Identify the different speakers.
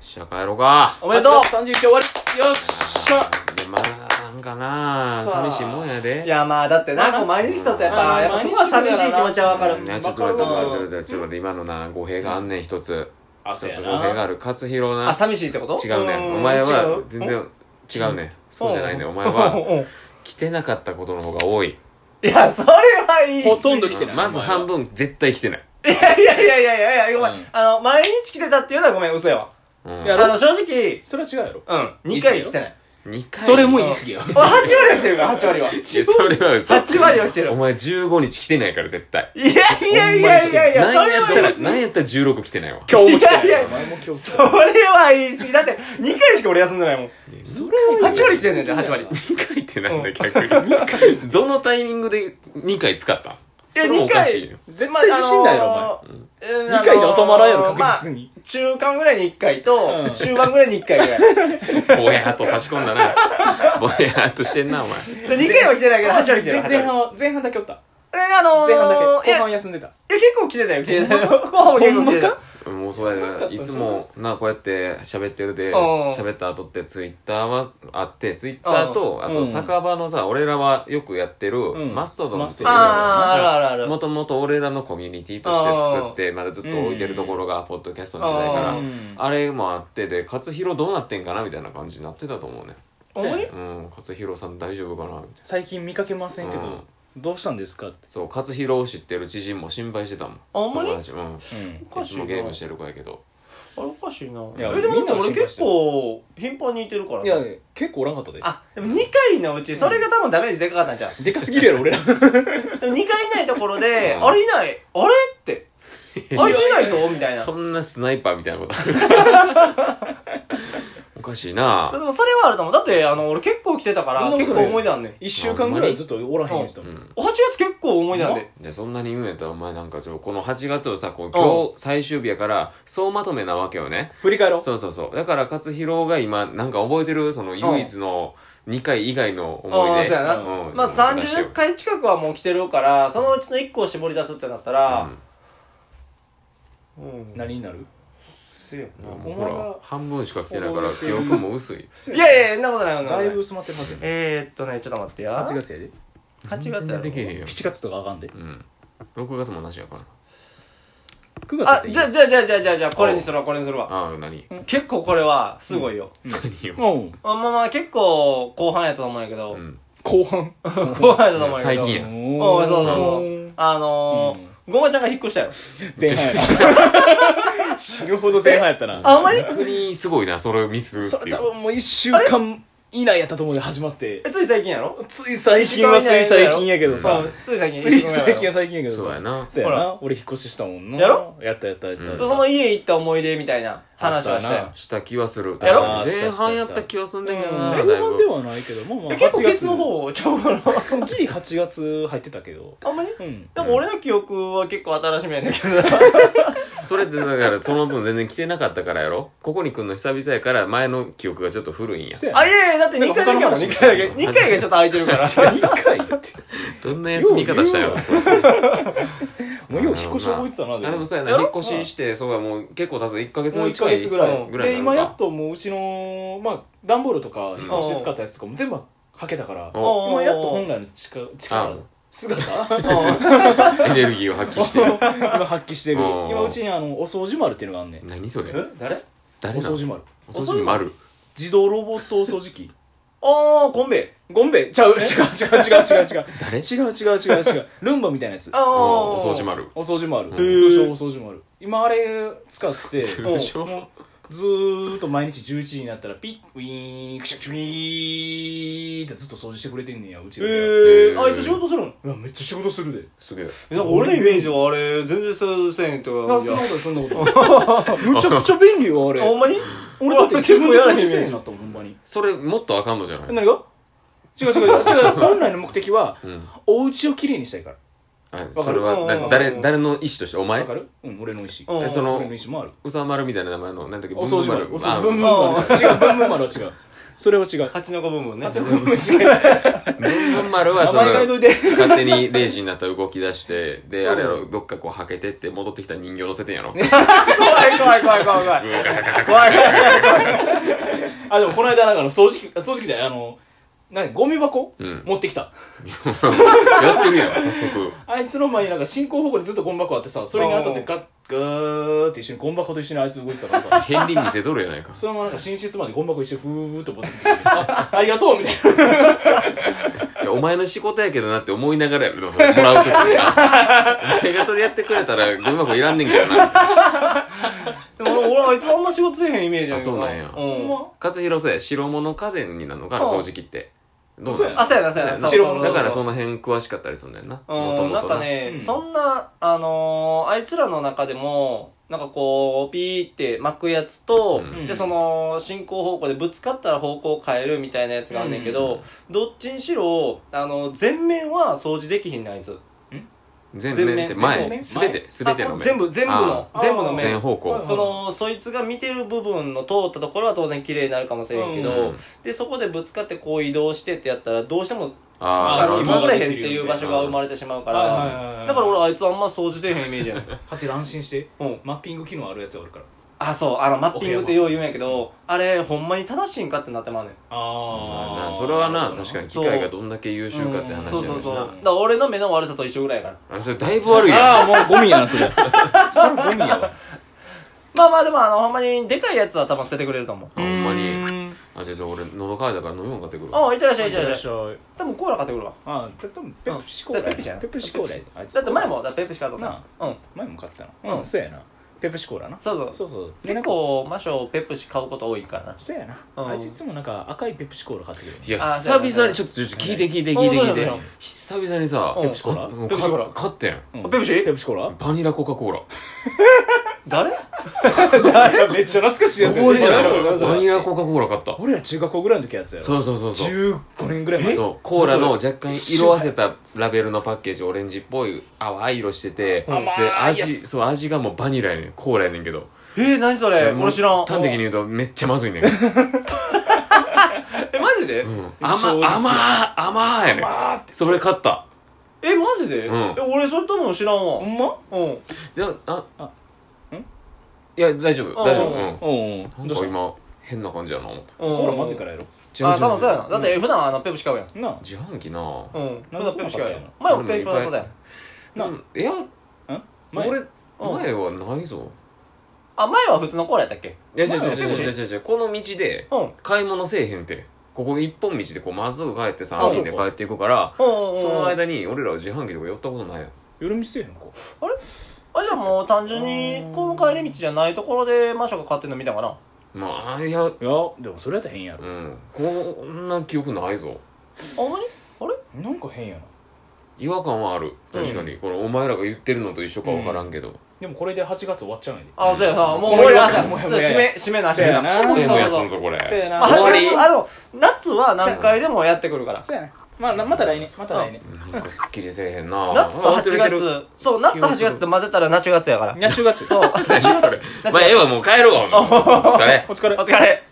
Speaker 1: しゃ帰ろうか。
Speaker 2: おめでとう
Speaker 3: 3日終わりよっしゃ
Speaker 1: で、まあ、なんかな
Speaker 3: さ
Speaker 1: 寂
Speaker 3: あ
Speaker 1: しいもんやで。
Speaker 2: いやまあだってな
Speaker 3: まあ
Speaker 2: こう毎日来とったらやっ
Speaker 3: ま
Speaker 2: ぱ
Speaker 3: あ
Speaker 2: やっぱそこは寂しい気持ちはわかる
Speaker 1: ね、
Speaker 3: 毎日来とったらな
Speaker 1: ちょっと待って、ちょっ
Speaker 2: わかる
Speaker 1: と
Speaker 2: わ
Speaker 1: 待って、ちょっと待って、今のな、語弊があんねん、一つ。
Speaker 3: あ
Speaker 1: 一
Speaker 3: そう
Speaker 1: つ
Speaker 3: や
Speaker 1: 語弊が
Speaker 3: な
Speaker 1: ある。勝弘な
Speaker 2: あ、寂しいってこと
Speaker 1: 違うね
Speaker 3: うん
Speaker 1: ん。お前
Speaker 3: 違
Speaker 1: は
Speaker 3: う、
Speaker 1: 全然、違うねん。そうじゃないねん。お前
Speaker 2: うん
Speaker 1: は、
Speaker 2: うん
Speaker 1: 来てなかったことの方が多い。
Speaker 2: いやそれはいいっす
Speaker 3: ほとんど来てない
Speaker 1: まず半分、絶対来てない。
Speaker 2: いやいやいやいやいやごめん、
Speaker 3: うん
Speaker 2: あの毎日来てたっていうのはごめん嘘やわ
Speaker 1: うん
Speaker 3: いや
Speaker 2: あの正直
Speaker 3: それは違うやろ
Speaker 2: うん2回来てない
Speaker 1: 二回。
Speaker 3: それも
Speaker 1: い
Speaker 3: 言い過ぎや
Speaker 2: 俺8割は来てるから8割 は
Speaker 1: やそれは嘘。
Speaker 2: 8割は来てる
Speaker 1: お前15日来てないから、絶対。
Speaker 2: いやいやいやいやいやそ
Speaker 1: 何
Speaker 2: れ
Speaker 1: やっ
Speaker 2: は
Speaker 1: た
Speaker 2: 言い
Speaker 1: ら、
Speaker 2: 過ぎ
Speaker 1: 何やったら16来てないわ。
Speaker 3: 今日も来た
Speaker 2: いやいや
Speaker 3: お前も今日来
Speaker 2: そ
Speaker 3: た
Speaker 2: れは言い過ぎだって2回しか俺休んでないもん
Speaker 3: それ
Speaker 2: 8割来てんねんじゃん8割
Speaker 1: 2回ってなんだ、逆 に。どのタイミングで2回使ったん
Speaker 2: いや
Speaker 1: それもお
Speaker 2: 2
Speaker 1: かしい
Speaker 2: 回
Speaker 1: よ
Speaker 2: 全
Speaker 3: 対自信ないやろ
Speaker 2: お前
Speaker 3: 2回じゃ収まらんやろ確実に
Speaker 2: 中間ぐらいに1回と
Speaker 3: うん
Speaker 2: 中盤ぐらいに1回ぐらい
Speaker 1: ぼやーっと差し込んだ な。ぼやーっとしてんな、お前。
Speaker 2: で2回は来てないけど8割来てる
Speaker 3: で
Speaker 2: 8
Speaker 3: 前
Speaker 2: 割
Speaker 3: 半は前半だけおった
Speaker 2: えあのー
Speaker 3: 前半だけ後
Speaker 2: いや
Speaker 3: 半休んでた
Speaker 2: いや、結構来てたよ、来てたよ。 後半も結構来てたよ。
Speaker 1: もうそうやでいつもなこうやって喋ってるで
Speaker 2: うん
Speaker 1: 喋った後ってツイッターはあってツイッターとあ
Speaker 3: う
Speaker 1: と
Speaker 3: ん
Speaker 1: 酒場のさ俺らはよくやってる
Speaker 3: ん
Speaker 1: マストドンっていう
Speaker 3: マストドン
Speaker 2: あーあるあるある
Speaker 1: もともと俺らのコミュニティとして作ってまだずっと置いてるところがポッドキャストの時代から
Speaker 3: うん
Speaker 1: あれもあってで勝弘どうなってんかなみたいな感じになってたと思うね
Speaker 2: ほんまに
Speaker 1: うん勝弘さん大丈夫かなみたいな
Speaker 3: 最近見かけませんけ
Speaker 1: うん
Speaker 3: どどうしたんですかって
Speaker 1: そう勝弘を知ってる知人も心配してたもん
Speaker 2: ほんまに
Speaker 1: 友達うん
Speaker 3: うん
Speaker 2: お
Speaker 1: い
Speaker 2: か
Speaker 1: つ
Speaker 2: しいな
Speaker 1: もゲームしてる子やけど
Speaker 2: あれおかしいな。
Speaker 3: や
Speaker 2: え、でもだっ
Speaker 3: みん
Speaker 2: て
Speaker 3: なも
Speaker 2: 俺
Speaker 3: 心配し
Speaker 2: 結
Speaker 3: てる
Speaker 2: 構、頻繁にいてるから
Speaker 3: い
Speaker 2: さ。
Speaker 3: や結構おらんかったで
Speaker 2: あ、でも2回のうち、それが多分ダメージでかかったんじゃん。
Speaker 3: でかすぎるや ろ俺ら
Speaker 2: でも2回いないところで、
Speaker 1: うん
Speaker 2: あれいない、あれって。あいついないぞみたいな。
Speaker 1: そ
Speaker 2: そ
Speaker 1: んなスナイパーみたい なことあるおかしいな
Speaker 2: れでもそれはあると思う。だって、あの、俺結構来てたから、
Speaker 3: そんなこ
Speaker 2: 結
Speaker 3: と
Speaker 2: 構
Speaker 3: ない
Speaker 2: 思い出あんねん。
Speaker 3: 1週間ぐらいずっとおらへんようにしてた
Speaker 1: う
Speaker 3: もん
Speaker 1: ん
Speaker 2: 8月結構思い出あんで。
Speaker 1: でそんなに言うんやったらお前なんかちょこの8月をさこう今日最終日やから総まとめなわけよね
Speaker 3: 振り返ろう
Speaker 1: そうそうそうだから勝弘が今なんか覚えてるその唯一の2回以外の思
Speaker 2: あ
Speaker 1: い
Speaker 2: あ
Speaker 1: 出
Speaker 2: そうやな
Speaker 1: うん
Speaker 2: まあ
Speaker 1: ちょっと出してよ
Speaker 2: 30回近くはもう来てるから、そのうちの1個を絞り出すってなったら、うん
Speaker 3: 何になる
Speaker 2: せやな
Speaker 1: うんも
Speaker 3: お
Speaker 1: う
Speaker 3: 前
Speaker 1: ほ
Speaker 3: が
Speaker 1: ら半分しか来てないから記憶も薄い
Speaker 2: いやいやいや、そんなことないよな
Speaker 3: だいぶ薄まってるはずやね
Speaker 2: えー、っとね、ちょっと待ってや。
Speaker 3: 8月やで
Speaker 2: 8月
Speaker 1: 全
Speaker 2: やろ
Speaker 1: 然できへんよ
Speaker 3: 7月とかあかんで
Speaker 1: うん6月もなしやから
Speaker 3: 9月や
Speaker 2: あ
Speaker 3: っ、ていい
Speaker 2: じゃあ、じゃあ、じゃあ、じゃあ、じゃあ、じゃあ、これにするわ、これにするわ。
Speaker 1: ああ何
Speaker 2: 結構これは、すごいよ。
Speaker 1: 何よ
Speaker 3: うん
Speaker 2: まあまあまあ、結構、後半やったと思うんやけど、
Speaker 1: うん
Speaker 3: 後半
Speaker 2: 後半やったと思うんやけど。
Speaker 1: 最近や
Speaker 2: うん、
Speaker 3: お
Speaker 2: そうそうそうう。あのー、ごまちゃんが引っ越したよ。
Speaker 3: 前半やな 死ぬほど前半やったな
Speaker 2: あ、ほんまに
Speaker 1: 逆にすごいなそれをミスる
Speaker 3: そ
Speaker 1: ってい
Speaker 3: れ
Speaker 1: う
Speaker 3: 多分もう1週間以内やったと思うで始まって
Speaker 2: え、つい最近やろ
Speaker 3: つい最近はつい最近やけどさ
Speaker 2: そう、つい最近。
Speaker 3: つい最近は
Speaker 2: や
Speaker 3: 最近やけどさ
Speaker 1: そうやな
Speaker 3: そうや
Speaker 2: ほ
Speaker 3: な俺引っ越ししたもんな
Speaker 2: やろ
Speaker 3: やったやったやった
Speaker 1: うん
Speaker 2: そうその家行った思い出みたいな話はした
Speaker 3: あった
Speaker 2: よ
Speaker 3: な。
Speaker 1: した気はする
Speaker 2: や
Speaker 1: 確
Speaker 2: ろ
Speaker 1: かに前半やった気はすんねんけどなだい
Speaker 3: 前半で
Speaker 1: ぶ
Speaker 3: はないけどまあま
Speaker 2: え
Speaker 3: あ
Speaker 2: 結構
Speaker 3: 8月
Speaker 2: ケツの方、ちゃうかな。
Speaker 3: ギリ8月入ってたけど
Speaker 2: あんま り
Speaker 3: うん
Speaker 2: でも俺の記憶は結構新しめやねんけどな。
Speaker 1: それってだからその分全然来てなかったからやろここに来んの久々やから前の記憶がちょっと古いんや
Speaker 3: せやな
Speaker 2: あ、いやいや、だって2回だけやもん、2回だけ。2回がちょっと空いてる から。
Speaker 3: 2回って
Speaker 1: どんな休み方したんやろ
Speaker 3: よもうよう引っ越し覚えてたな
Speaker 1: あでもそうや
Speaker 2: や
Speaker 1: な
Speaker 2: ろ
Speaker 1: 引っ越ししてそうやもう結構経つ1ヶ月
Speaker 3: もう
Speaker 1: も
Speaker 3: 1ヶ
Speaker 1: 近い
Speaker 3: 月ぐら
Speaker 2: う
Speaker 3: い
Speaker 2: ん
Speaker 1: ぐらい
Speaker 3: で
Speaker 1: にな
Speaker 3: 今
Speaker 1: るか
Speaker 3: やっともううちのまあ段ボールとか引っ越し使ったやつとかも全部はけたから
Speaker 1: お
Speaker 2: おう
Speaker 3: 今やっと本来の力
Speaker 1: あ
Speaker 3: 力姿
Speaker 1: エネルギーを発揮 して
Speaker 3: 今発揮してる
Speaker 1: おう
Speaker 3: 今うちにあのお掃除丸っていうのがあんねん
Speaker 1: 何それ
Speaker 2: え誰
Speaker 1: 誰
Speaker 3: お
Speaker 1: な
Speaker 3: 掃
Speaker 1: の
Speaker 3: 除丸
Speaker 1: お掃除丸
Speaker 3: 自動ロボットお掃除 機
Speaker 2: あー、コンベ。
Speaker 3: ゴンベちゃう違う違う違う違う違う
Speaker 1: 誰
Speaker 3: 違う違う違う違うルンバみたいなやつ
Speaker 2: あー。
Speaker 1: お掃除丸
Speaker 3: お掃除もある
Speaker 2: ー
Speaker 3: 通称お掃除もある今あれ使って
Speaker 1: 通
Speaker 3: もう
Speaker 1: 称
Speaker 3: もうずーっと毎日11時になったらピッウィーンクシャクシャクシャーってずっと掃除してくれてんねんやうち
Speaker 2: え
Speaker 3: の親
Speaker 2: ー、あいつ仕事するの
Speaker 3: うわめっちゃ仕事するで
Speaker 1: すげえ
Speaker 2: なんか俺のイメージはあれ、全然そうせんと
Speaker 3: あ
Speaker 2: か。
Speaker 3: そんなことそんなことむちゃくちゃ便利よあ
Speaker 2: あほん
Speaker 3: れ
Speaker 2: まに
Speaker 3: 俺だって自分で
Speaker 2: 俺結構やら
Speaker 3: 掃
Speaker 2: へん
Speaker 3: 除
Speaker 2: イ
Speaker 3: せ
Speaker 2: メー
Speaker 3: え
Speaker 2: ジ
Speaker 3: へんなったもんほんまに
Speaker 1: それもっとあかんのじゃない
Speaker 3: 何が違う違う違う違う本来の目的は
Speaker 1: うん
Speaker 3: お家をきれいにしたいから
Speaker 1: あそれはな誰誰の意思としてお前
Speaker 3: わかるうん俺の意思
Speaker 2: うん
Speaker 1: えそ
Speaker 3: 俺の
Speaker 1: の
Speaker 3: 意思もある
Speaker 1: うさまるみたいな名前のなんだっけ
Speaker 3: お掃除丸
Speaker 1: ブンブ
Speaker 3: お
Speaker 1: ン丸
Speaker 3: 掃
Speaker 1: あ
Speaker 3: 除ブンブン丸違うブンブン丸は違うそれは違う。
Speaker 2: 蜂の子部 分ね。
Speaker 3: そこも違う。
Speaker 1: ブンブン丸は
Speaker 3: 名
Speaker 1: その
Speaker 3: 前がいといて。
Speaker 1: 勝手に0時になったら動き出してで
Speaker 3: そう
Speaker 1: あれやろどっかこうはけてって戻ってきた人形乗せてんやろ
Speaker 3: 怖い怖い怖い怖い怖い。
Speaker 1: ガガガガ
Speaker 3: 怖い怖い怖い怖い。あ、でもこの間なんかあの掃除機、掃除機じゃない、あの、何ゴミ箱、
Speaker 1: うん
Speaker 3: 持ってきた。
Speaker 1: やってるやん早速
Speaker 3: あいつの前になんか進行方向にずっとゴミ箱あってさ、それに当たってガッ、ガーって一緒にゴミ箱と一緒にあいつ動いてたから さ。
Speaker 1: 片鱗見せとるやないか
Speaker 3: そのままなんか寝室までゴミ箱一緒にふーっと持ってきてあありがとうみたいない
Speaker 1: やお前の仕事やけどなって思いながらやるのそれもらう時になお前がそれやってくれたらゴミ箱いらんねんけどな
Speaker 2: でも俺、俺あいつあんま仕事せえへんイメージやけど
Speaker 1: あそう
Speaker 3: ほん
Speaker 2: う
Speaker 3: ま
Speaker 1: 勝弘そうや白物家電になるのかな
Speaker 2: ああ
Speaker 1: 掃除機ってどう
Speaker 3: そう
Speaker 1: な
Speaker 3: や
Speaker 1: の
Speaker 2: ん。あ、そうやな、そうやな。
Speaker 3: 白
Speaker 2: そう
Speaker 3: 物
Speaker 2: そう
Speaker 1: だからその辺詳しかったりするんだよなもと
Speaker 2: うん、
Speaker 1: も
Speaker 2: なん
Speaker 1: と
Speaker 2: か
Speaker 1: な
Speaker 2: ね、
Speaker 3: うん
Speaker 2: そんな、あのーあいつらの中でも、なんかこう、ピーって巻くやつと、
Speaker 1: うん
Speaker 2: で、その、進行方向でぶつかったら方向を変えるみたいなやつがあんねんけど、どっちにしろ、あの、全面は掃除できひんねん、あいつ。
Speaker 1: 全
Speaker 2: 全
Speaker 1: 面
Speaker 2: 面
Speaker 1: って
Speaker 3: 全
Speaker 1: 前
Speaker 3: 面
Speaker 1: すべてすべての
Speaker 2: あ
Speaker 1: 面
Speaker 2: 全部、全部の
Speaker 1: あ、
Speaker 3: あ
Speaker 2: 全部の
Speaker 1: 全
Speaker 2: 面。
Speaker 1: 方向
Speaker 3: あ
Speaker 2: その、そいつが見てる部分の通ったところは当然綺麗になるかもしれんけど、
Speaker 1: うん
Speaker 2: で、そこでぶつかってこう移動してってやったら、どうしても
Speaker 1: ああ
Speaker 3: あ
Speaker 1: なるほ
Speaker 2: 隙
Speaker 1: ど
Speaker 2: 間ぐれへんっていう場所が生まれてしまうか
Speaker 3: はいはいはいは
Speaker 2: ら、
Speaker 3: い
Speaker 2: だから俺あいつあんま掃除せえへんイメージやねん。
Speaker 3: かつて安心して
Speaker 2: うん
Speaker 3: マッピング機能あるやつがおるから
Speaker 2: あ、そう、あの、マッピングってよう言うんやけど、あれ、ほんまに正しいんかってなってまうねん。
Speaker 1: ま
Speaker 3: あ
Speaker 1: あなそれはな確か
Speaker 3: に
Speaker 1: に機械がどんだけ優秀かって話
Speaker 2: そう
Speaker 1: や
Speaker 2: そ
Speaker 1: ろ
Speaker 2: う
Speaker 1: し
Speaker 2: そう。だ
Speaker 1: な
Speaker 2: から俺の目の悪さと一緒ぐらいやから。
Speaker 1: あそれだいぶ悪いや
Speaker 3: ああもうゴミやなそ れそれゴミやわ
Speaker 2: まあまあでも、あの、ほんまに、でかいやつは多分捨ててくれると思う。
Speaker 1: んあほんまにあじゃあじゃあ俺喉乾いたから飲み物買ってくるわ
Speaker 2: あ、いってらっしゃい、い
Speaker 3: い
Speaker 2: って
Speaker 3: ら
Speaker 2: らっ
Speaker 3: っ
Speaker 2: し
Speaker 3: し
Speaker 2: ゃい。
Speaker 3: ゃい
Speaker 2: 多分コーラ買ってくるわ。
Speaker 3: ああ多分ペプシコーラ
Speaker 2: うんそれペプシやな
Speaker 3: ペプシコーラやあいつ
Speaker 2: だって前も、だからペプシ買っとった
Speaker 3: な
Speaker 2: うん。
Speaker 3: 前も買ったな
Speaker 2: うん
Speaker 3: うんそうやなペプシコーラな
Speaker 2: そうそう。
Speaker 3: そうそうで
Speaker 2: 結構、魔性ペプシ買うこと多いからな。
Speaker 3: そうやな
Speaker 2: うん
Speaker 3: あいついつもなんか赤いペプシコーラ買ってくるよね
Speaker 1: いや
Speaker 2: あ
Speaker 1: 久々にち
Speaker 2: そう
Speaker 1: ょっと
Speaker 2: やな
Speaker 1: ちょっと聞いて聞いて聞いて聞い
Speaker 2: うん
Speaker 1: て
Speaker 2: そうや
Speaker 1: 久々にさあ
Speaker 2: うんペプ
Speaker 3: シコーラ
Speaker 1: もう
Speaker 2: ペプシコーラ
Speaker 1: か買ってん
Speaker 3: うん
Speaker 2: ペプシ
Speaker 3: ペプシコーラ
Speaker 1: バニラコカ・コーラ
Speaker 2: 誰
Speaker 3: めっちゃ懐かしいやつ
Speaker 1: 覚えてない
Speaker 2: そうそうそう
Speaker 1: バニラコカ・コーラ買った
Speaker 3: 俺ら中学校ぐらいの時やつやろ
Speaker 1: そうそうそうそう
Speaker 3: 15年ぐらい前
Speaker 1: そうコーラの若干色あせたラベルのパッケージオレンジっぽい淡い色しててで
Speaker 3: 甘いやつ
Speaker 1: 味そう味がもうバニラやねんコーラやねんけど
Speaker 2: えー、何それ俺知らん。
Speaker 1: 端的に言うとめっちゃまずいねん
Speaker 2: え、マジで
Speaker 1: うん
Speaker 3: 正
Speaker 1: 甘
Speaker 3: 直
Speaker 1: 甘甘やねんそれ買った
Speaker 2: え、マジで
Speaker 1: うん
Speaker 2: え、俺それとも知らんわ
Speaker 3: ほ。んま
Speaker 2: うん。
Speaker 1: でもあ
Speaker 3: あん
Speaker 1: いや大丈夫大丈夫
Speaker 2: うん
Speaker 1: うん
Speaker 3: うんうん
Speaker 1: なんか今変な感じやな思った
Speaker 2: コ
Speaker 3: コーラまずいからやろ
Speaker 2: あ、多分そうやな。だって普段はあのペプシ買うやん。
Speaker 3: なあ
Speaker 1: 自販機な
Speaker 2: うん。
Speaker 3: な
Speaker 2: なんん
Speaker 3: か
Speaker 2: かペプ
Speaker 3: そんな買
Speaker 2: シ買
Speaker 3: った
Speaker 2: う
Speaker 3: よ
Speaker 2: や。
Speaker 3: なん
Speaker 2: 前もペプシ買ったよ。
Speaker 3: な
Speaker 1: うんいや
Speaker 3: ん前
Speaker 1: 俺前はないぞ
Speaker 2: あ、前は普通のコーラやったっけ
Speaker 1: いや違
Speaker 3: 前
Speaker 1: う
Speaker 3: は
Speaker 1: 違う違う違う違う違うこの道で
Speaker 2: うん。うん
Speaker 1: 買い物せえへんてここ一本道でこうまっすぐ帰ってさ
Speaker 2: あ
Speaker 1: 3人で
Speaker 3: そう
Speaker 1: 帰
Speaker 3: か
Speaker 1: っていくから
Speaker 2: うんうん。
Speaker 1: その間に俺らは自販機とか寄ったことないよ
Speaker 3: 夜店やんか
Speaker 2: あ、じゃあもう単純に、この帰り道じゃないところで魔女が買ってんの見たかな
Speaker 1: まあいや
Speaker 3: いやでもそれやったら変や
Speaker 1: う
Speaker 3: ろ
Speaker 1: んこんな記憶ないぞ
Speaker 2: あ、ほんまにあれ
Speaker 3: なんか変やな
Speaker 1: 違和感はある確かに、このお前らが言ってるのと一緒か分からんけど、
Speaker 3: でもこれで8月終わっちゃうんやで
Speaker 2: あ、そうやな。もう
Speaker 3: もう
Speaker 2: 終わりまし
Speaker 3: もうもう
Speaker 2: た。そう締め、締めなし
Speaker 3: そうやな
Speaker 2: な。
Speaker 1: ちょっともやもやすんぞこれ
Speaker 3: そうやな
Speaker 2: まあ、
Speaker 1: 終
Speaker 2: 8
Speaker 1: わり
Speaker 2: 月、あの、夏は何回でもやってくるから。
Speaker 3: そうやなまあなまた来年また来年
Speaker 1: なんかすっきりせえへんな
Speaker 2: 夏と
Speaker 1: あ忘
Speaker 2: 8
Speaker 1: れてる
Speaker 2: 月、そう、夏と8月と混ぜたら夏月やから。
Speaker 3: いや10月
Speaker 2: そう。
Speaker 1: 何それまあええわもう帰るわほんならお疲れ
Speaker 3: お疲れ
Speaker 2: お疲れ。